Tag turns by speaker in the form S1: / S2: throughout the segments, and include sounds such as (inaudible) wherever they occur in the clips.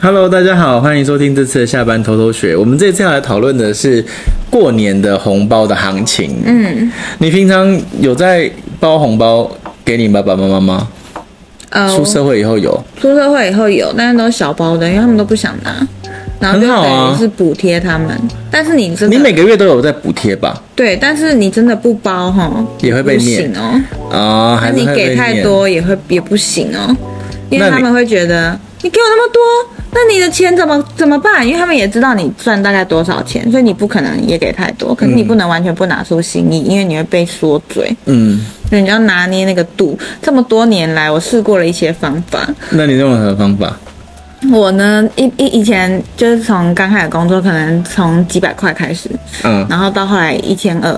S1: Hello，大家好，欢迎收听这次的下班偷偷学。我们这次要来讨论的是过年的红包的行情。
S2: 嗯，
S1: 你平常有在包红包给你爸爸妈妈吗？
S2: 呃，
S1: 出社会以后有，
S2: 出社会以后有，但是都是小包的，因为他们都不想拿，然后就
S1: 很好啊
S2: 等于是补贴他们。但是你真的
S1: 你每个月都有在补贴吧？
S2: 对，但是你真的不包哈，
S1: 也会被
S2: 不
S1: 念
S2: 行哦。
S1: 啊、
S2: 那
S1: 还是
S2: 你
S1: 会被
S2: 给太
S1: 念。
S2: 多也会也不行哦，因
S1: 那
S2: 为
S1: 你
S2: 他们会觉得你给我那么多，那你的钱怎么怎么办？因为他们也知道你赚大概多少钱，所以你不可能也给太多，可是你不能完全不拿出心意，因为你会被说嘴，
S1: 嗯，
S2: 所以你要拿捏那个度。这么多年来，我试过了一些方法，
S1: 那你用了什么方法？
S2: 我呢，一一以前就是从刚开始工作，可能从几百块开始，
S1: 嗯，
S2: 然后到后来一千二，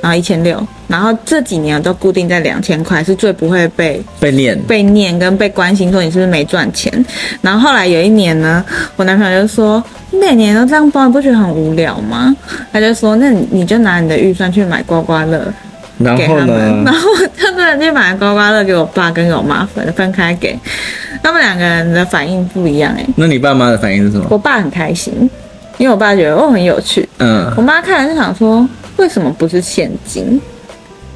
S2: 然后一千六，然后这几年都固定在两千块，是最不会被
S1: 被念。
S2: 被念跟被关心说你是不是没赚钱。然后后来有一年呢，我男朋友就说：“你每年都这样包，你不觉得很无聊吗？”他就说：“那你你就拿你的预算去买刮刮乐
S1: 然
S2: 给
S1: 后
S2: 他们。” (laughs)
S1: 呢
S2: 然？后我就真的去买刮刮乐给我爸跟给我妈分分开给，他们两个人的反应不一样哎、
S1: 那你爸妈的反应是什么？
S2: 我爸很开心，因为我爸觉得哦很有趣。
S1: 嗯，
S2: 我妈看了就想说，为什么不是现金？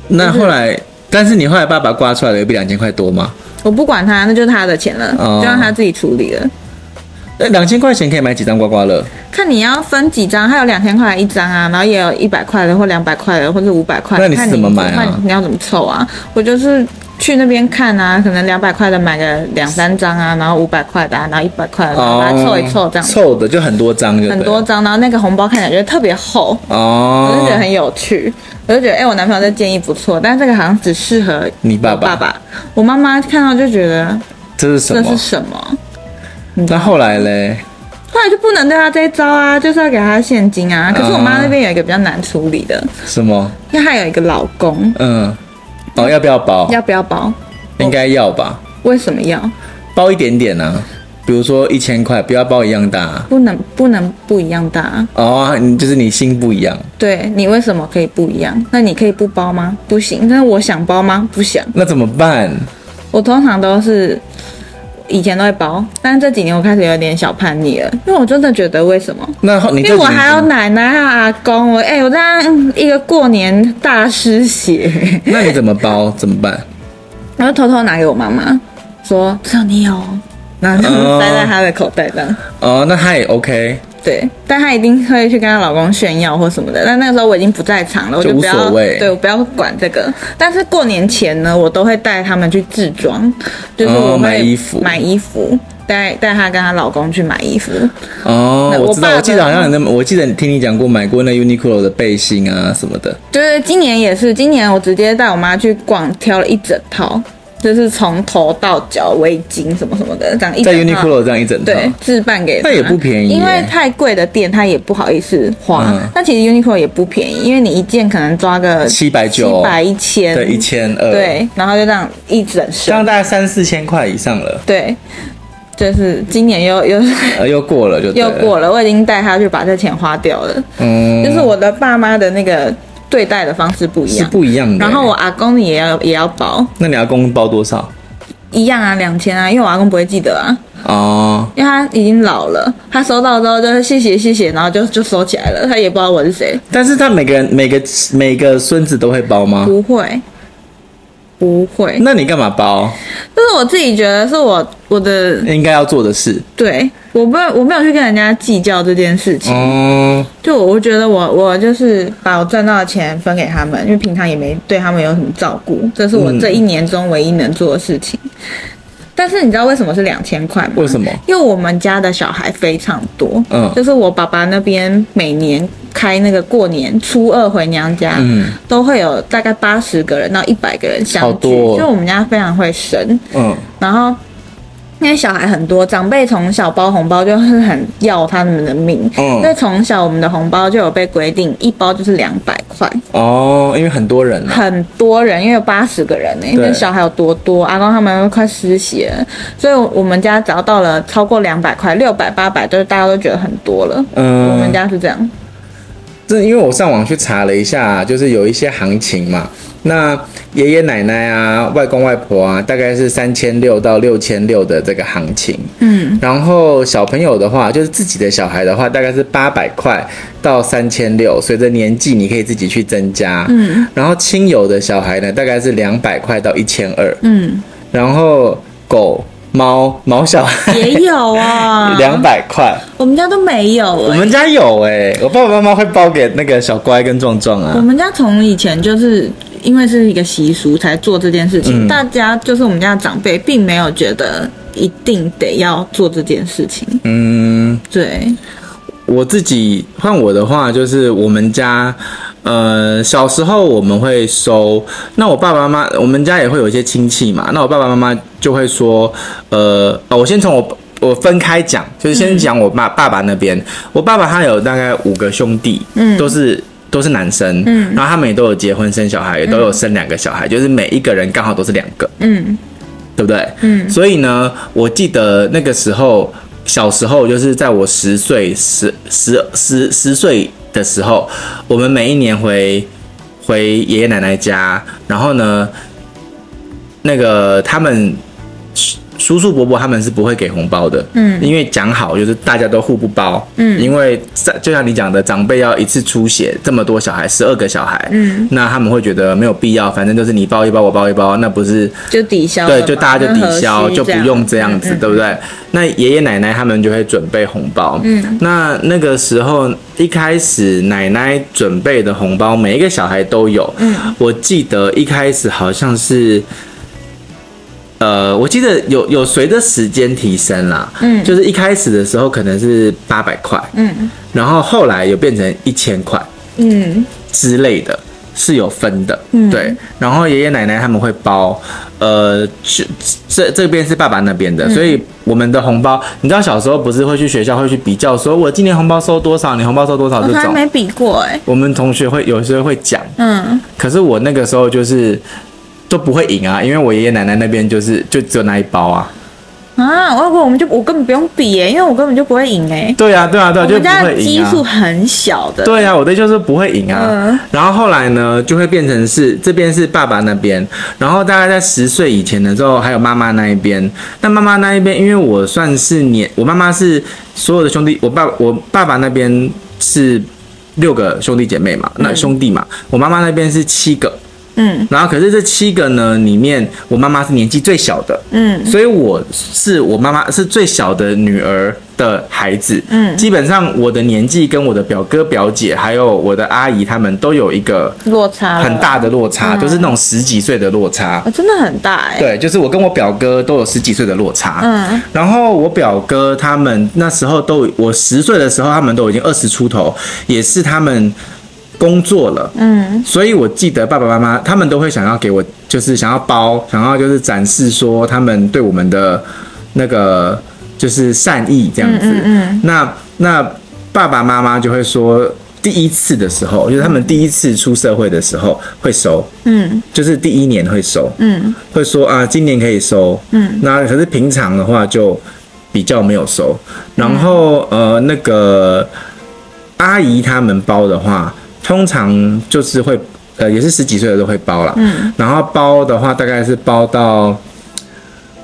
S1: 那后来，但是你后来爸爸刮出来的有比两千块多吗？
S2: 我不管他，那就是他的钱了，
S1: 哦
S2: 就让他自己处理了。
S1: 那两千块钱可以买几张刮刮乐？
S2: 看你要分几张，还有两千块一张啊，然后也有一百块的或两百块的或者五百块的。
S1: 那你是
S2: 看
S1: 怎么买啊
S2: 看你要怎么凑啊？我就是去那边看啊，可能两百块的买个两三张啊，然后五百块的、啊，然后一百块的、啊，把它凑一凑这样子。
S1: 哦凑的就很多张，就对了
S2: 很多张，然后那个红包看起来就特别厚，
S1: 哦。
S2: 我就觉得很有趣，我就觉得哎、我男朋友这建议不错，但是这个好像只适合
S1: 你爸
S2: 我
S1: 爸
S2: 爸爸。我妈妈看到就觉得
S1: 这是什
S2: 这
S1: 么
S2: 是？什么？
S1: 那后来嘞？
S2: 后来就不能对他这一招啊，就是要给他现金啊。可是我
S1: 嗯
S2: 妈那边有一个比较难处理的，
S1: 什么？
S2: 因为她有一个老公，
S1: 嗯，哦，要不要包？
S2: 要不要包？
S1: 应该要吧，
S2: 为什么要？
S1: 包一点点啊，比如说一千块，不要包一样大啊、
S2: 不能不能不一样大、啊？
S1: 哦，你就是你心不一样。
S2: 对你为什么可以不一样？那你可以不包吗？不行。但是我想包吗？不想。
S1: 那怎么办？
S2: 我通常都是以前都会包，但是这几年我开始有点小叛逆了，因为我真的觉得为什么？
S1: 那后你
S2: 因
S1: 哎这
S2: 为
S1: 几
S2: 我
S1: 年
S2: 还有奶奶还有阿公，我哎、我这样嗯一个过年大失血， (laughs)
S1: 那你怎么包？怎么办？
S2: 然后偷偷拿给我妈妈，说只有你有，然
S1: 哦
S2: 后就 (laughs) 塞在她的口袋这样。
S1: 哦，那他也 OK，
S2: 对，但她一定会去跟她老公炫耀或什么的。但那个时候我已经不在场了，我
S1: 就
S2: 不
S1: 无
S2: 要
S1: 所谓
S2: 对我不要管这个。但是过年前呢，我都会带他们去自装，就是
S1: 哦
S2: 我会
S1: 买衣服
S2: 买衣服，带带她跟她老公去买衣服。
S1: 哦，
S2: 那
S1: 我
S2: 我
S1: 知道，
S2: 爸
S1: 我记得
S2: 的
S1: 好像你那么，我记得你听你讲过买过那 Uniqlo 的背心啊什么的，
S2: 就是今年也是，今年我直接带我妈去逛，挑了一整套，就是从头到脚围巾什么什么的，这样一
S1: 在
S2: 整套。
S1: Uniqlo 这样一整套，
S2: 对，置办给他
S1: 那也不便宜耶
S2: 因为太贵的店他也不好意思花
S1: 嗯。
S2: 那、其实 Uniqlo 也不便宜，因为你一件可能抓个
S1: 七百九，
S2: 七百一千，
S1: 对，一千二，，嗯
S2: 对，然后就这样一整
S1: 这
S2: 身，
S1: 样大概三四千块以上了，
S2: 对，就是今年又又
S1: 呃，又过了就对
S2: 又
S1: 了，
S2: 过了，我已经带他去把这钱花掉了，
S1: 嗯，
S2: 就是我的爸妈的那个对待的方式不一
S1: 是
S2: 样。
S1: 不一样的欸。
S2: 然后我阿公也要也要包，
S1: 那你阿公包多少？
S2: 一样啊，两千啊，因为我阿公不会记得啊，
S1: 哦，
S2: 因为他已经老了，他收到之后就是谢谢谢谢，然后就就收起来了，他也不知道我是谁，
S1: 但是他每个人每个每个孙子都会包吗？
S2: 不会，不会，
S1: 那你干嘛包？
S2: 就是我自己觉得是我我的，
S1: 应该要做的事。
S2: 对我没有我没有去跟人家计较这件事情，
S1: 哦，
S2: 就我觉得我我就是把我赚到的钱分给他们，因为平常也没对他们有什么照顾，这是我
S1: 嗯
S2: 这一年中唯一能做的事情。但是你知道为什么是两千块吗？
S1: 为什么？
S2: 因为我们家的小孩非常多，
S1: 嗯
S2: 就是我爸爸那边每年开那个过年初二回娘家，
S1: 嗯
S2: 都会有大概八十个人到一百个人相
S1: 好
S2: 聚，
S1: 多哦
S2: 就我们家非常会生，
S1: 嗯，
S2: 然后。因为小孩很多，长辈从小包红包就是很要他们的命，
S1: 嗯
S2: 所以从小我们的红包就有被规定，一包就是两百块，
S1: 哦，因为很多人啊，
S2: 很多人，因为有八十个人呢、欸，
S1: 对
S2: 那小孩有多多，阿公他们都快失血了，所以我们家只要到了超过两百块、六百、八百，就是大家都觉得很多了。
S1: 嗯
S2: 我
S1: (laughs)
S2: 们家是这样，
S1: 这因为我上网去查了一下，就是有一些行情嘛，那爷爷奶奶啊、外公外婆啊，大概是三千六到六千六的这个行情。嗯，然后小朋友的话，就是自己的小孩的话，大概是八百块到三千六，随着年纪你可以自己去增加。嗯，然后亲友的小孩呢，大概是两百块到一千二。
S2: 嗯，
S1: 然后狗、猫、毛小孩，
S2: 也有啊
S1: (laughs) 两百块，
S2: 我们家都没有、欸，
S1: 我们家有哎、我爸爸妈妈会包给那个小乖跟壮壮
S2: 我
S1: 啊。
S2: 们家从以前就是因为是一个习俗才做这件事情，
S1: 嗯
S2: 大家就是我们家的长辈并没有觉得一定得要做这件事情。
S1: 嗯，
S2: 对，
S1: 我自己换我的话，就是我们家，呃，小时候我们会收，那我爸爸妈妈，我们家也会有一些亲戚嘛，那我爸爸妈妈就会说，呃，哦，我先从我。我分开讲，就是先讲我爸爸爸那边。我爸爸他有大概五个兄弟，嗯，都是都是男生，嗯，然后他们也都有结婚生小孩，也都有生两个小孩，就是每一个人刚好都是两个，
S2: 嗯
S1: 对不对？
S2: 嗯
S1: 所以呢，我记得那个时候，小时候就是在我十岁、十十十十岁的时候，我们每一年回回爷爷奶奶家，然后呢，那个他们叔叔叔伯伯他们是不会给红包的，
S2: 嗯
S1: 因为讲好就是大家都互不包，
S2: 嗯
S1: 因为在就像你讲的，长辈要一次出血这么多小孩，十二个小孩，
S2: 嗯，
S1: 那他们会觉得没有必要，反正就是你包一包，我包一包，那不是
S2: 就抵消了
S1: 对，
S2: 嘛
S1: 就大家就抵消，就不用这样嗯子，。
S2: 那何须
S1: 对不对？那爷爷奶奶他们就会准备红包。嗯，那那个时候一开始奶奶准备的红包，每一个小孩都有。嗯，我记得一开始好像是。呃，我记得有有随着时间提升啦，嗯，就是一开始的时候可能是八百块，
S2: 嗯
S1: 然后后来有变成一千块，
S2: 嗯
S1: 之类的，是有分的。对。然后爷爷奶奶他们会包，呃，这这这边是爸爸那边
S2: 嗯
S1: 的，所以我们的红包，你知道小时候不是会去学校会去比较，说我今年红包收多少，你红包收多少
S2: 我
S1: 这
S2: 从来
S1: 种。
S2: 没比过哎、
S1: 我们同学会有时候会讲，
S2: 嗯，
S1: 可是我那个时候就是都不会赢啊，因为我爷爷奶奶那边就是就只有那一包啊。
S2: 啊，我我们就我根本不用比哎、因为我根本就不会赢哎、
S1: 对啊，对啊，对啊，
S2: 我
S1: 就
S2: 们
S1: 不
S2: 家
S1: 会
S2: 的
S1: 赢
S2: 基
S1: 啊。
S2: 数很小的，
S1: 对啊，我的就是不会赢啊。
S2: 嗯
S1: 然后后来呢，就会变成是这边是爸爸那边，然后大概在十岁以前的时候，还有妈妈那一边。那妈妈那一边，因为我算是年，我妈妈是所有的兄弟，我爸我爸爸那边是六个兄弟姐妹嘛，那兄弟嘛，我妈妈那边是七个。
S2: 嗯
S1: 然后可是这七个呢，里面我妈妈是年纪最小的，
S2: 嗯
S1: 所以我是我妈妈是最小的女儿的孩子，
S2: 嗯
S1: 基本上我的年纪跟我的表哥表姐还有我的阿姨他们都有一个
S2: 落差了
S1: 很大的落
S2: 嗯
S1: 差，就是那种十几岁的落差
S2: 啊，。真的很大哎、
S1: 对，就是我跟我表哥都有十几岁的落差，
S2: 嗯
S1: 然后我表哥他们那时候都，我十岁的时候，他们都已经二十出头，也是他们工作了，
S2: 嗯
S1: 所以我记得爸爸妈妈他们都会想要给我，就是想要包，想要就是展示说他们对我们的那个就是善意这样子。
S2: 嗯嗯
S1: 那那爸爸妈妈就会说，第一次的时候，就是他们第一次出社会的时候会收，
S2: 嗯
S1: 就是第一年会收，
S2: 嗯
S1: 会说啊，今年可以收，嗯，那可是平常的话就比较没有收。然后、呃，那个阿姨他们包的话，通常就是会呃，也是十几岁的都会包啦，嗯，然后包的话大概是包到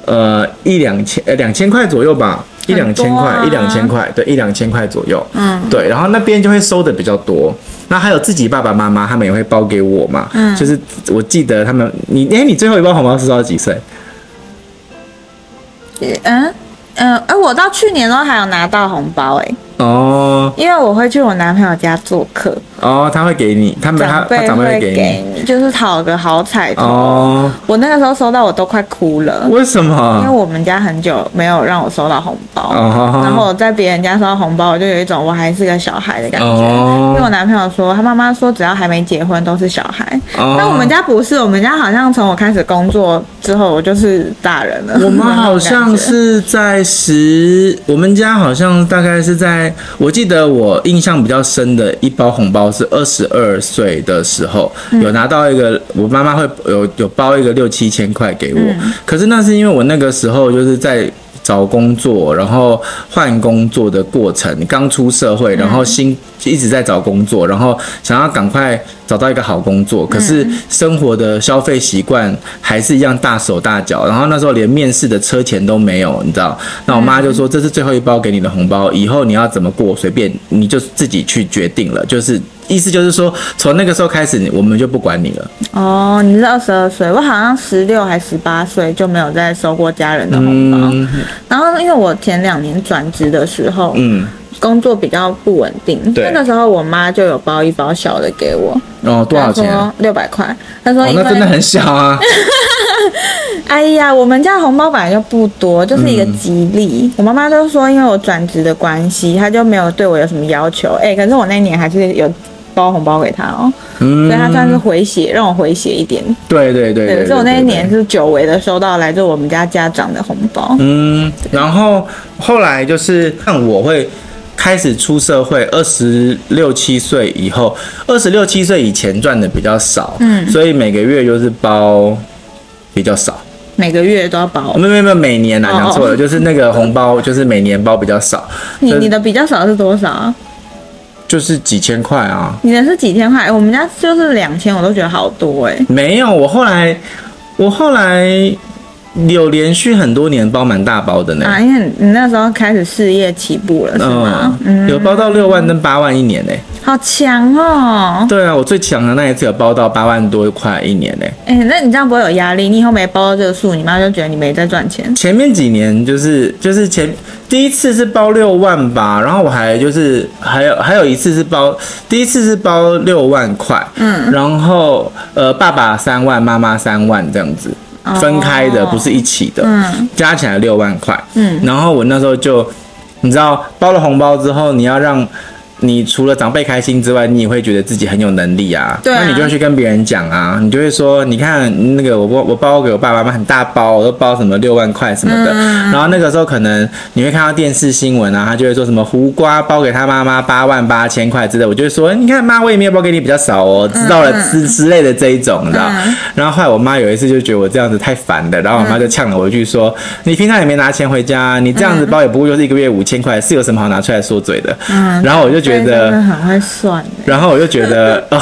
S1: 呃一两千呃两千块左右吧，一两千块、
S2: 很多啊
S1: 一两千块，对，一两千块左右，
S2: 嗯
S1: 对，然后那边就会收的比较多。那还有自己爸爸妈妈他们也会包给我嘛，
S2: 嗯
S1: 就是我记得他们，你哎、你最后一包红包是到几岁？
S2: 嗯嗯，哎、我到去年都还有拿到红包哎、
S1: 哦
S2: 因为我会去我男朋友家做客，
S1: 哦，他会给你，他们他
S2: 长
S1: 他
S2: 辈
S1: 长辈
S2: 会
S1: 会给
S2: 给
S1: 你
S2: 你，就是讨个好彩头。
S1: 哦，
S2: 我那个时候收到我都快哭了，
S1: 为什
S2: 因为
S1: 么？
S2: 我们家很久没有让我收到红包，
S1: 哦
S2: 然后我在别人家收到红包，我就有一种我还是个小孩的感觉。因为我
S1: 哦
S2: 男朋友说，他妈妈说只要还没结婚都是小孩，
S1: 哦
S2: 但我们家不是，我们家好像从我开始工作之后，我就是大人了。
S1: 我们好像
S2: (laughs) 那种感觉
S1: 是在十，我们家好像大概是在，我记得我印象比较深的一包红包是二十二岁的时候，
S2: 嗯
S1: 有拿到一个，我妈
S2: 嗯
S1: 妈会有有包一个六七千块给我，可是那是因为我那个时候就是在找工作，然后换工作的过程，刚出社
S2: 嗯
S1: 会，然后新一直在找工作，然后想要赶快找到一个好工作，可是
S2: 嗯
S1: 生活的消费习惯还是一样大手大脚，然后那时候连面试的车钱都没有，你知道？那我妈就说：“这是最后一包给你的红包，以后你要怎么过随便，你就自己去决定了。”就是意思就是说，从那个时候开始，你我们就不管你了。
S2: 哦，你是二十二岁，我好像十六还十八岁就没有再收过家人的红包。
S1: 嗯
S2: 然后因为我前两年转职的时候，
S1: 嗯，
S2: 工作比较不稳定，
S1: 对
S2: 那个时候我妈就有包一包小的给我，
S1: 哦，多少钱？哦，？
S2: 六百块。她啊说因
S1: 那真的
S2: 为，
S1: 很小啊。
S2: 哎呀，我们家红包本来就不多，就是一个吉利。
S1: 嗯
S2: 我妈妈就说，因为我转职的关系，她就没有对我有什么要求。哎，可是我那年还是有包红包给她哦，
S1: 嗯，
S2: 所以她算是回血，让我回血一点。
S1: 对对对对
S2: 对，
S1: 对
S2: 可是我那一
S1: 对
S2: 年是久违的收到来自我们家家长的红包。
S1: 嗯，然后后来就是像我会开始出社会，二十六七岁以后，二十六七岁以前赚的比较少，嗯，所以每个月就是包比较少，
S2: 每个月都要包
S1: 哦，。没有没有没有，每年啊，
S2: 哦哦
S1: 讲错了，就是那个红包就是每年包比较少，
S2: 你
S1: 就是
S2: 你的比较少是多少啊？
S1: 就是几千块啊，
S2: 你的是几千块？我们家就是两千，我都觉得好多哎、
S1: 没有，我后来我后来有连续很多年包蛮大包的呢。
S2: 啊，因为你那时候开始事业起步了是吗？嗯，
S1: 嗯，有包到六万跟八万一年呢、
S2: 好强哦！
S1: (laughs) 对啊，我最强的那一次有包到八万多块一年呢、
S2: 哎、那你这样不会有压力？你以后没包到这个数，你妈就觉得你没在赚钱。
S1: 前面几年就是就是前第一次是包六万吧，然后我还就是还有还有一次是包第一次是包六万块，嗯，然后呃爸爸三万，妈妈三万这样子
S2: 哦
S1: 分开的，不是一起的，
S2: 嗯，
S1: 加起来六万块，
S2: 嗯，
S1: 然后我那时候就你知道包了红包之后，你要让。你除了长辈开心之外，你也会觉得自己很有能力啊。
S2: 对啊
S1: 那你就会去跟别人讲啊，你就会说，你看那个我包我包给我爸爸妈妈很大包，我都包什么六万块什么的。然后那个时候可能你会看到电视新闻啊，他就会说什么胡瓜包给他妈妈八万八千块之类，我就会说，你看妈，我也没有包给你比较少哦，知道了之之类的这一种，你知道。然后后来我妈有一次就觉得我这样子太烦了，然后我妈就呛了我一句说，你平常也没拿钱回家，你这样子包也不过就是一个月五千块，是有什么好拿出来说嘴的？
S2: 嗯
S1: 然后我就觉
S2: 真的 (laughs)
S1: 得，
S2: 很会算、
S1: 然后我就觉得，哦，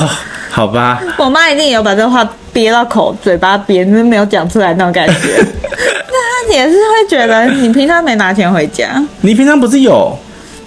S1: 好吧。
S2: 我妈一定有把这话憋到口嘴巴边，就是没有讲出来那种
S1: (laughs)
S2: 感觉。那她也是会觉得你平常没拿钱回家，
S1: 你平常不是有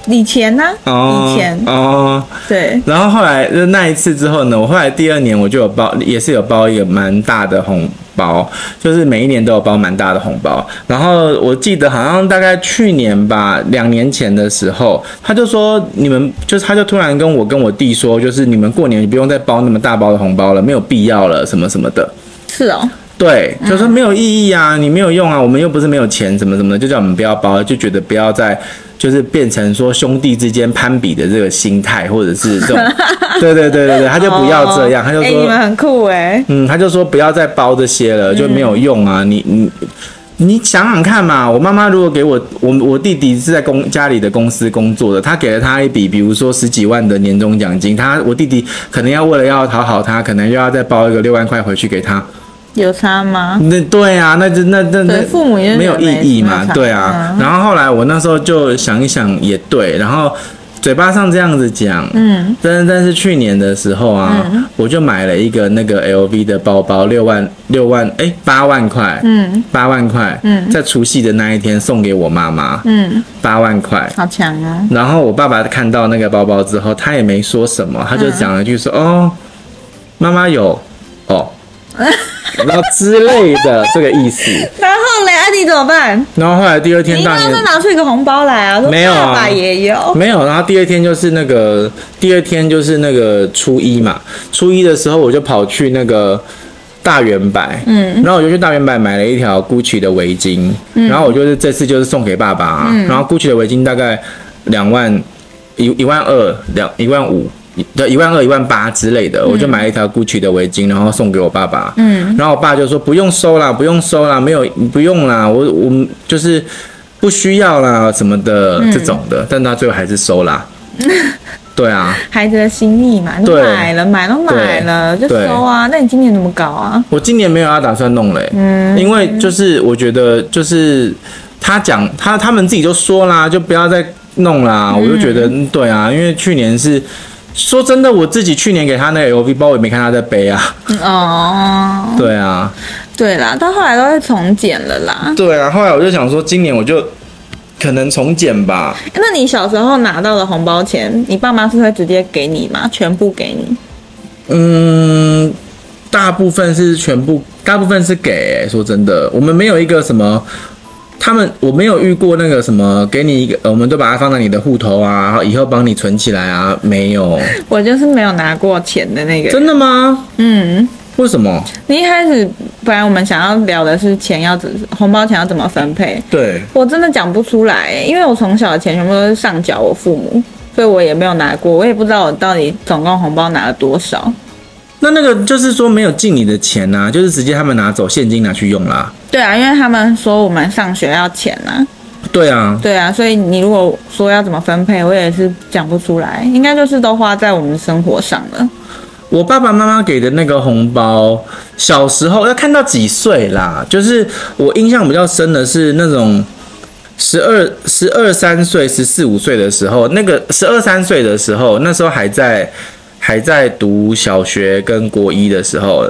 S2: 以前呢、
S1: 哦
S2: 以前
S1: 哦，
S2: 对，
S1: 然后后来就那一次之后呢，我后来第二年我就有包，也是有包一个蛮大的红包，就是每一年都有包蛮大的红包。然后我记得好像大概去年吧，两年前的时候，他就说你们就是他就突然跟我跟我弟说，就是你们过年不用再包那么大包的红包了，没有必要了，什么什么的。
S2: 是哦，
S1: 对，就
S2: 嗯
S1: 说没有意义啊，你没有用啊，我们又不是没有钱，什么什么的，就叫我们不要包，就觉得不要再就是变成说兄弟之间攀比的这个心态，或者是这
S2: (laughs)
S1: 种，对对对对对，他就不要这样，他就
S2: 哎、你们
S1: 说，
S2: 很酷哎、
S1: 嗯，他就说不要再包这些了，就没有用
S2: 嗯
S1: 啊，你你。你想想看嘛，我妈妈如果给我，我我弟弟是在公家里的公司工作的，他给了他一笔，比如说十几万的年终奖金，他我弟弟可能要为了要讨好他，可能又要再包一个六万块回去给他，
S2: 有差吗？
S1: 那对啊，那就那那那
S2: 对父母也
S1: 没有意义嘛
S2: 没差，
S1: 对
S2: 嗯
S1: 啊。然后后来我那时候就想一想，也对，然后嘴巴上这样子讲，
S2: 嗯，
S1: 但但是去年的时候啊，我就买了一个那个 LV 的包包，六万六万哎八万块，
S2: 嗯
S1: 八万块，
S2: 嗯
S1: 在除夕的那一天送给我妈妈
S2: 嗯，
S1: 八万块，
S2: 好强哦！
S1: 然后我爸爸看到那个包包之后，他也没说什么，他就
S2: 嗯
S1: 讲了一句说：“哦，妈妈有
S2: (laughs)
S1: 哦，然后之类的这个意思。
S2: 然后嘞，啊，你怎么办？”
S1: 然后后来第二
S2: 你
S1: 天
S2: 应
S1: 大
S2: 该
S1: 年
S2: 是拿出一个红包来啊，说
S1: 没有啊
S2: 爸爸也有，
S1: 没有，然后第二天就是那个第二天就是那个初一嘛，初一的时候我就跑去那个大圆柏，嗯，然后我就去大圆柏买了一条 GUCCI 的围巾，
S2: 嗯
S1: 然后我就是这次就是送给爸爸啊、然后 GUCCI 的围巾大概两万一一万二两一万五。对，一万二、一万八之类的，我就买了一条 GUCCI 的围巾，然后送给我爸爸。嗯，然后我爸就说不用收啦，不用收啦，没有不用啦，我我们就是不需要啦什么的、这种的，但他最后还是收啦。对啊，
S2: 孩子的心意嘛，你
S1: 对
S2: 买了，买都买了，就
S1: 对对
S2: 收啊。那你今年怎么搞啊？
S1: 我今年没有要打算弄嘞、嗯，因为就是我觉得就是他讲他他们自己就说啦，就不要再弄啦。我就觉得、嗯对啊，因为去年是说真的，我自己去年给他那个 LV 包，我也没看他在背啊。
S2: 嗯哦，
S1: 对啊，
S2: 对啦，到后来都会重剪了啦。
S1: 对啊。后来我就想说，今年我就可能重剪吧。
S2: 那你小时候拿到的红包钱，你爸妈是会直接给你吗？全部给你？
S1: 嗯，大部分是全部，大部分是给、欸说真的，我们没有一个什么，他们我没有遇过那个什么，给你一个，呃我们都把它放在你的户头啊，然后以后帮你存起来啊，没有。
S2: 我就是没有拿过钱的那个人。
S1: 真的吗？
S2: 嗯，
S1: 为什么？
S2: 你一开始本来我们想要聊的是钱要怎红包钱要怎么分配，
S1: 对，
S2: 我真的讲不出来、因为我从小的钱全部都是上缴我父母，所以我也没有拿过，我也不知道我到底总共红包拿了多少。
S1: 那那个就是说没有进你的钱呐、就是直接他们拿走现金拿去用啦。
S2: 对啊，因为他们说我们上学要钱啊，
S1: 对啊，
S2: 对啊，所以你如果说要怎么分配，我也是讲不出来，应该就是都花在我们生活上了。
S1: 我爸爸妈妈给的那个红包，小时候要看到几岁啦？就是我印象比较深的是那种十二、十二三岁、十四五岁的时候，那个十二三岁的时候，那时候还在还在读小学跟国一的时候，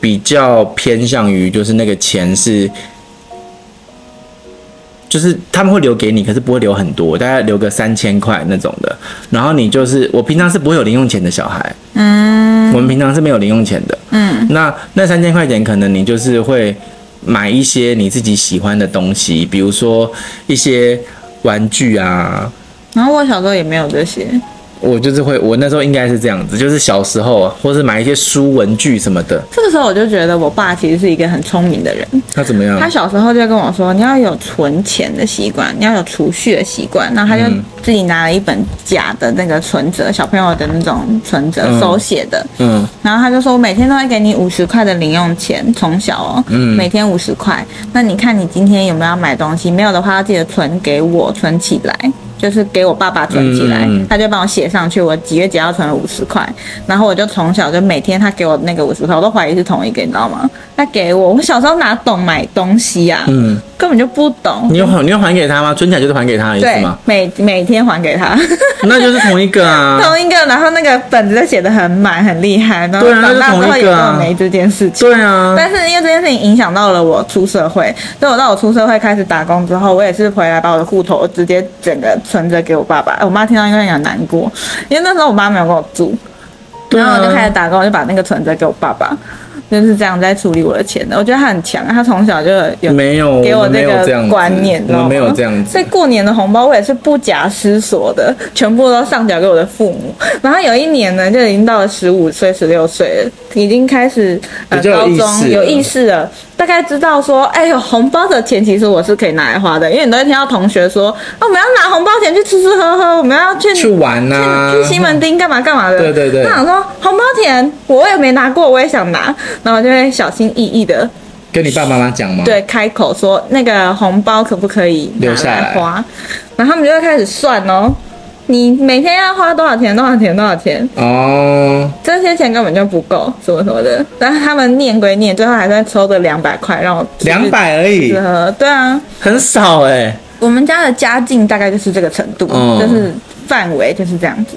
S1: 比较偏向于就是那个钱是。就是他们会留给你，可是不会留很多，大概留个三千块那种的。然后你就是，我平常是不会有零用钱的小孩，
S2: 嗯
S1: 我们平常是没有零用钱的。
S2: 嗯，
S1: 那那三千块钱，可能你就是会买一些你自己喜欢的东西，比如说一些玩具啊。
S2: 然后我小时候也没有这些，
S1: 我就是会，我那时候应该是这样子，就是小时候，啊或是买一些书、文具什么的。
S2: 这个时候我就觉得我爸其实是一个很聪明的人，
S1: 那怎么样
S2: 他？小时候就跟我说，你要有存钱的习惯，你要有储蓄的习惯。然后他就
S1: 嗯
S2: 自己拿了一本假的那个存折，小朋友的那种存折
S1: 嗯
S2: 手写的。
S1: 嗯，
S2: 然后他就说，我每天都会给你五十块的零用钱，从小哦，
S1: 嗯
S2: 每天五十块。那你看你今天有没有要买东西？没有的话，要记得存给我，存起来，就是给我爸爸存起
S1: 嗯
S2: 来。
S1: 嗯嗯
S2: 他就帮我写上去，我几月几号存了五十块。然后我就从小就每天他给我那个五十块，我都怀疑是同一个，你知道吗？他给我，我小时候哪懂买东西呀、
S1: 嗯，
S2: 根本就不懂。
S1: 你有还你有还给他吗？存起来就是还给他的意思
S2: 对
S1: 吗？，啊
S2: 每每天还给他。
S1: (laughs) 那就是同一个啊。
S2: (laughs) 同一个，然后那个本子就写的很满，很厉害，然后
S1: 对啊
S2: 长大
S1: 那
S2: 之
S1: 是
S2: 后
S1: 同
S2: 也
S1: 一
S2: 根
S1: 个啊
S2: 本没这件事情。
S1: 对啊，
S2: 但是因为这件事情影响到了我出社会，所以我到我出社会开始打工之后，我也是回来把我的户头直接整个存折给我爸爸。哎我妈听到应该很难过，因为那时候我妈没有跟我住，
S1: 对
S2: 然后
S1: 啊
S2: 我就开始打工，我就把那个存折给我爸爸，就是这样在处理我的钱的。我觉得他很强，他从小就有
S1: 没有
S2: 给我
S1: 哦没
S2: 这
S1: 有这样
S2: 个
S1: 子
S2: 观念，
S1: 我
S2: 知道吗
S1: 们没有这样子
S2: 所以。过年的红包我也是不假思索的，全部都上缴给我的父母。然后有一年呢，就已经到了十五岁、十六岁了，已经开始呃
S1: 比较有
S2: 高
S1: 意
S2: 中
S1: 识
S2: 有
S1: 了
S2: 意识了，大概知道说，哎呦，红包的钱其实我是可以拿来花的，因为你都会听到同学说，哦，我们要拿红包钱去吃吃喝喝，我们要去
S1: 去玩啊，
S2: 去西门町干嘛干嘛的。
S1: 对对对
S2: 那想说红包钱我也没拿过，我也想拿，然后我就会小心翼翼的
S1: 跟你爸爸妈妈讲吗？，
S2: 对，开口说那个红包可不可以拿
S1: 嗯留下
S2: 来
S1: 来
S2: 花？然后他们就会开始算哦，你每天要花多少钱？多少钱？多少钱？
S1: 哦，
S2: 这些钱根本就不够，什么什么的。但是他们念归念，最后还算抽个两百块让我吃
S1: 两。百而已
S2: 吃，喝对啊，
S1: 很少哎、
S2: 我们家的家境大概就是这个程度，
S1: 嗯
S2: 就是范围就是这样子，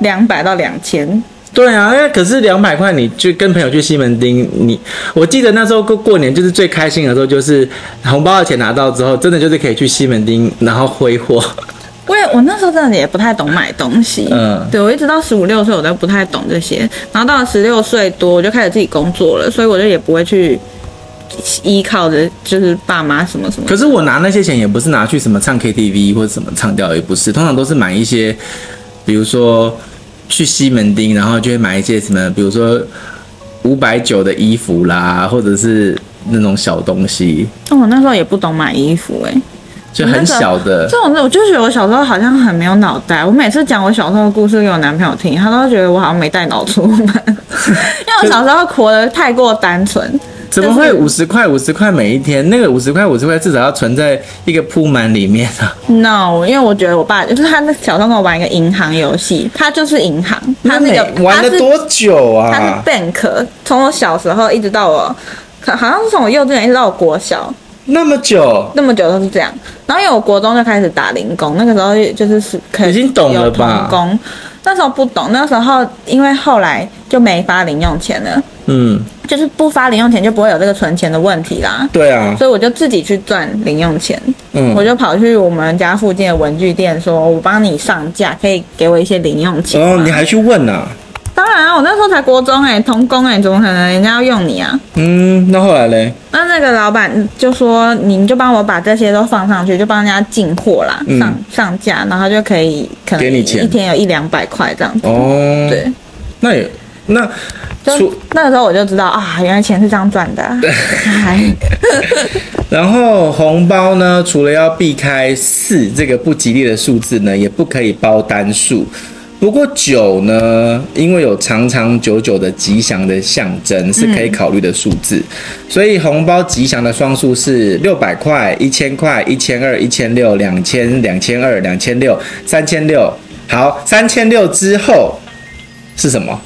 S2: 两百到两千。
S1: 对啊，因为可是两百块，你去跟朋友去西门町，你我记得那时候过过年就是最开心的时候，就是红包的钱拿到之后，真的就是可以去西门町，然后挥霍。
S2: 我也我那时候真的也不太懂买东西，
S1: 嗯
S2: 对我一直到十五六岁我都不太懂这些，然后到了十六岁多我就开始自己工作了，所以我就也不会去依靠着就是爸妈什么什
S1: (laughs)
S2: 么
S1: 可。是我拿那些钱也不是拿去什么唱 KTV 或者什么唱掉，也不是，通常都是买一些，比如说去西门町，然后就会买一些什么，比如说五百九的衣服啦，或者是那种小东西，
S2: 但我那时候也不懂买衣服、欸，哎，
S1: 呃就很小的。
S2: 这种我就觉得我小时候好像很没有脑袋。我每次讲我小时候的故事给我男朋友听，他都会觉得我好像没带脑出
S1: (laughs)
S2: 门，因为我小时候活得太过单纯。
S1: 怎么会五十块五十块每一天？那个五十块五十块至少要存在一个铺满里面啊！
S2: No，因为我觉得我爸就是他那小时候跟我玩一个银行游戏，他就是银行，他那个
S1: 每玩了多久
S2: 他是他
S1: 啊
S2: 是？bank，从我小时候一直到我，可好像是从我幼稚园一直到我国小。
S1: 那么久，
S2: 那么久都是这样。然后因为我国中就开始打零工，那个时候就是是可以
S1: 已经懂了吧
S2: 有童工那时候不懂，那时候因为后来就没发零用钱了，
S1: 嗯，
S2: 就是不发零用钱就不会有这个存钱的问题啦。
S1: 对啊，
S2: 所以我就自己去赚零用钱，
S1: 嗯
S2: 我，就跑去我们家附近的文具店说，我帮你上架，可以给我一些零用钱
S1: 哦，
S2: 吗。
S1: 你还去问啊？
S2: 当然啊，我那时候才国中哎、童工哎、怎么可能人家要用你啊？
S1: 嗯，那后来嘞？
S2: 那那个老板就说，你就帮我把这些都放上去，就帮人家进货啦，
S1: 嗯
S2: 上上架，然后就可以可能
S1: 给你钱
S2: 一天有一两百块这样子。
S1: 哦，，
S2: 对，
S1: 那也那
S2: 就
S1: 除
S2: 那个时候我就知道啊，原来钱是这样赚
S1: (laughs)
S2: 的、啊。 (laughs) 哎
S1: 然后红包呢，除了要避开四这个不吉利的数字呢，也不可以包单数。不过九呢，因为有长长久久的吉祥的象征，是可以考虑的数字，所以红包吉祥的双数是六百块、一千块、一千二、一千六、两千、两千二、两千六、三千六。好，三千六之后是什么？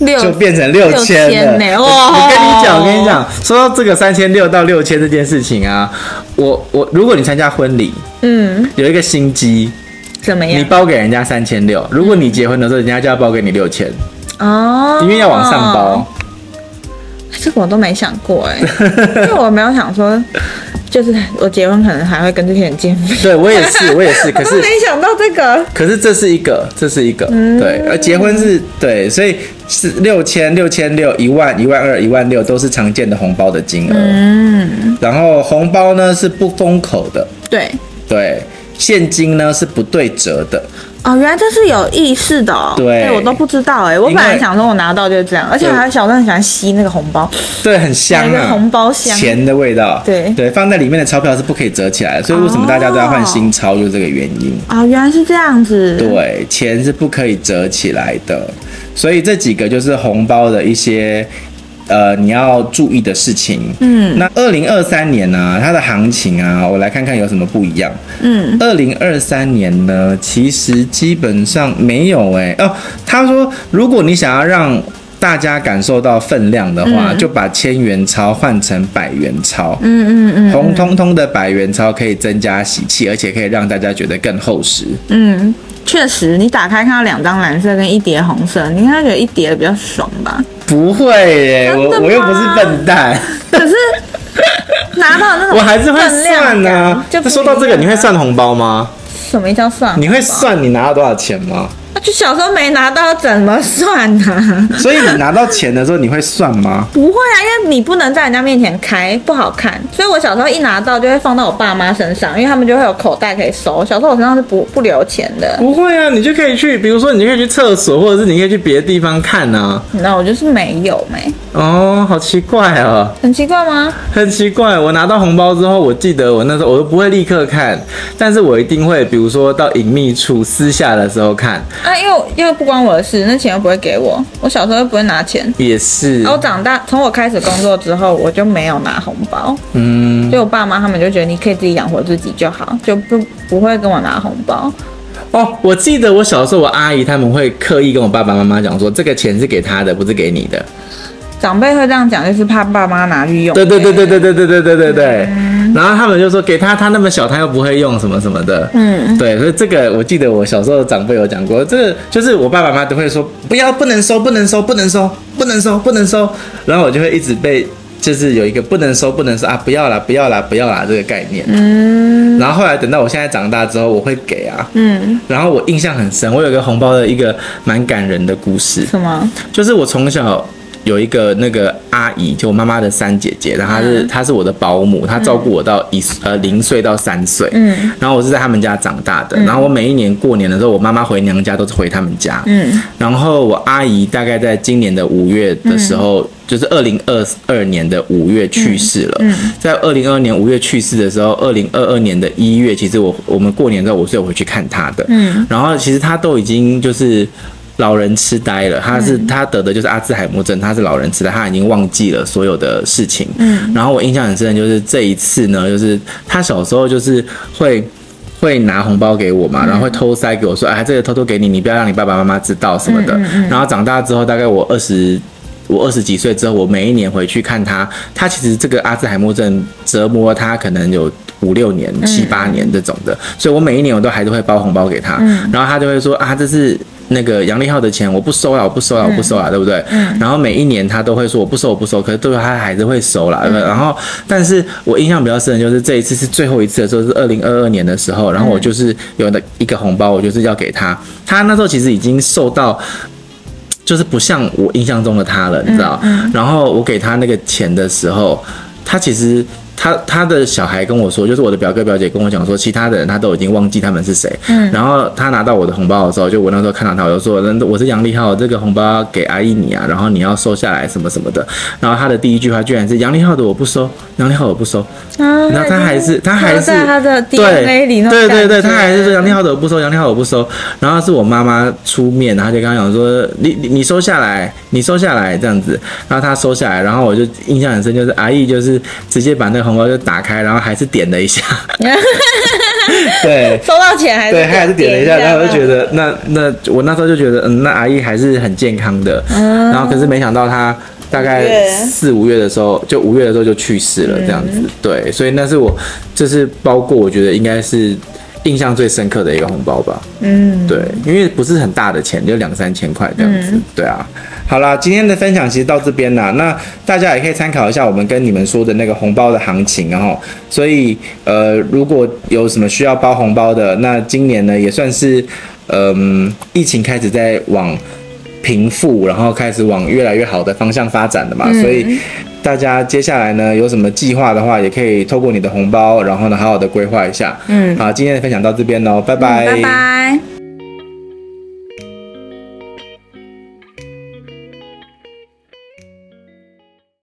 S2: 六
S1: 就变成六千了。
S2: 6000呢
S1: 我
S2: 哇
S1: 我跟你讲，我跟你讲，说到这个三千六到六千这件事情啊，我我如果你参加婚礼，
S2: 嗯，
S1: 有一个心机，
S2: 怎么
S1: 你
S2: 样？
S1: 包给人家三千六，如果你结婚的时候，人家就要包给你六千，
S2: 哦，
S1: 因为要往上包。
S2: 这个我都没想过
S1: (laughs)
S2: 哎、因为我没有想说，就是我结婚可能还会跟这些人见面。
S1: 对我也是，我也是，可
S2: 我
S1: 是
S2: 都 (laughs) 没想到这个，
S1: 可是这是一个，这是一个，对，而结婚是对，所以是六千、六千六、一万、一万二、一万六都是常见的红包的金额。
S2: 嗯，
S1: 然后红包呢是不封口的，
S2: 对，
S1: 对，现金呢是不对折的。
S2: 哦，原来这是有意识的哦，
S1: 对
S2: 哎我都不知道哎、我
S1: 因为
S2: 本来想说我拿到就是这样，而且还有小时候很喜欢吸那个红包，
S1: 对，很香
S2: 有一
S1: 啊，
S2: 个红包香
S1: 钱的味道。
S2: 对
S1: 对，放在里面的钞票是不可以折起来的，所以为什么大家都要换新
S2: 哦
S1: 钞，就是这个原因。
S2: 啊、原来是这样子，，
S1: 对，钱是不可以折起来的，所以这几个就是红包的一些。呃，你要注意的事情。
S2: 嗯，
S1: 那二零二三年呢、它的行情啊，我来看看有什么不一样。
S2: 嗯，
S1: 二零二三年呢，其实基本上没有哎、哦。他说，如果你想要让大家感受到分量的话，就把千元钞换成百元钞。
S2: 嗯嗯嗯
S1: 红彤彤的百元钞可以增加喜气，而且可以让大家觉得更厚实。
S2: 嗯，确实，你打开看到两张蓝色跟一叠红色，你应该觉得一叠的比较爽吧？
S1: 不会耶，
S2: 真的
S1: 我
S2: 吗
S1: 我又不是笨 (laughs) 蛋，
S2: 可是拿到那种
S1: 我还是会
S2: 分量
S1: 算
S2: 感
S1: 啊。
S2: 就不
S1: 那
S2: 一
S1: 说到这个，
S2: 样啊
S1: 你会算红包吗？
S2: 什么叫算？
S1: 你会算你拿了多少钱吗？
S2: 啊？就小时候没拿到怎么算
S1: (laughs)
S2: 呢、(laughs)
S1: 所以你拿到钱的时候，你会算吗？
S2: 不会啊，因为你不能在人家面前开，不好看。所以我小时候一拿到就会放到我爸妈身上，因为他们就会有口袋可以收。小时候我身上是不不留钱的，
S1: 不会啊，你就可以去，比如说你就可以去厕所，或者是你可以去别的地方看啊。
S2: 那我就是没有没，
S1: 哦，好奇怪哦，
S2: 很奇怪吗？
S1: 很奇怪。我拿到红包之后，我记得我那时候我都不会立刻看，但是我一定会，比如说到隐秘处私下的时候看，
S2: 啊，因为因为不关我的事，那钱又不会给我，我小时候又不会拿钱。
S1: 也是
S2: 然后。我长大，从我开始工作之后，我就没有拿红包，
S1: 嗯，
S2: 所以我爸妈他们就觉得你可以自己养活自己就好，就不不会跟我拿红包。
S1: 哦，我记得我小时候，我阿姨他们会刻意跟我爸爸妈妈讲说，这个钱是给他的，不是给你的。
S2: 长辈会这样讲，就是怕爸妈拿去用。
S1: 对对对对对对对对对对对。然后他们就说给他，他那么小，他又不会用什么什么的。
S2: 嗯，
S1: 对，所以这个我记得我小时候的长辈有讲过，这个就是我爸爸妈妈都会说不要不能收不能收不能收不能收不能收，然后我就会一直被就是有一个不能收不能收啊不要啦不要啦不要啦这个概念。嗯。然后后来等到我现在长大之后，我会给啊。
S2: 嗯，
S1: 然后我印象很深，我有一个红包的一个蛮感人的故事。
S2: 什么？
S1: 就是我从小有一个那个阿姨，就我妈妈的三姐姐，然后她是、
S2: 嗯
S1: 她是我的保姆，她照顾我到一、呃零岁到三岁，
S2: 嗯，
S1: 然后我是在他们家长大的，然后我每一年过年的时候，我妈妈回娘家都是回他们家，
S2: 嗯，
S1: 然后我阿姨大概在今年的五月的时候，
S2: 嗯
S1: 就是二零二二年的五月去世了。
S2: 嗯
S1: 在二零二二年五月去世的时候，二零二二年的一月，其实我我们过年之后我是有回去看她的。
S2: 嗯，
S1: 然后其实她都已经就是。老人痴呆了，她是她得的就是阿兹海默症，她是老人痴呆，她已经忘记了所有的事情。嗯，然后我印象很深的就是这一次呢，就是她小时候就是会会拿红包给我嘛，然后会偷塞给我说，哎，这个偷偷给你，你不要让你爸爸妈妈知道什么的。然后长大之后，大概我二十我二十几岁之后，我每一年回去看他，他其实这个阿兹海默症折磨他可能有五六年、七八年这种的，所以我每一年我都还是会包红包给他，然后他就会说啊，这是。那个杨立浩的钱我不收了，啊我不收了，我不收了，对不对？然后每一年他都会说我不收，我不收，可是最后他还是会收啦。然后，但是我印象比较深的就是这一次是最后一次的时候，是二零二二年的时候，然后我就是有的一个红包，我就是要给他。他那时候其实已经受到。就是不像我印象中的他了，你知道？然后我给他那个钱的时候，他其实他他的小孩跟我说，就是我的表哥表姐跟我讲说，其他的人他都已经忘记他们是谁。然后他拿到我的红包的时候，就我那时候看到他，我就说，那我是杨立浩，这个红包给阿姨你啊，然后你要收下来什么什么的。然后他的第一句话居然是杨立浩的我不收，杨立浩我不收。
S2: 啊
S1: 然后他还是他还是
S2: 在他的
S1: 对
S2: DNA 里那种
S1: 对对对，
S2: 感觉
S1: 他还是说杨天浩的我不收，杨天浩我不收。然后是我妈妈出面，然后就跟他讲说，你你你收下来，你收下来这样子。然后他收下来，然后我就印象很深，就是阿义就是直接把那个红包就打开，然后还是点了一下，对。
S2: (laughs) 收到钱还是
S1: 对，他还是点了一下，然后我就觉
S2: 得
S1: 得那那我那时候就觉得，嗯，那阿姨还是很健康的。然后可是没想到她大
S2: 嗯五
S1: 概
S2: 月嗯
S1: 四五月的时候，就五月的时候就去世了，这样子。对，所以那是我就是包括我觉得应该是印象最深刻的一个红包吧。
S2: 嗯，
S1: 对，因为不是很大的钱，就两三千块这样子。对啊，好啦，今天的分享其实到这边啦。那大家也可以参考一下我们跟你们说的那个红包的行情，然后，所以呃，如果有什么需要包红包的，那今年呢也算是嗯、疫情开始在往平复，然后开始往越来越好的方向发展的嘛，
S2: 嗯
S1: 所以。大家接下来呢有什么计划的话，也可以透过你的红包，然后呢好好的规划一下。
S2: 嗯
S1: 好，今天的分享到这边喽，
S2: 拜拜。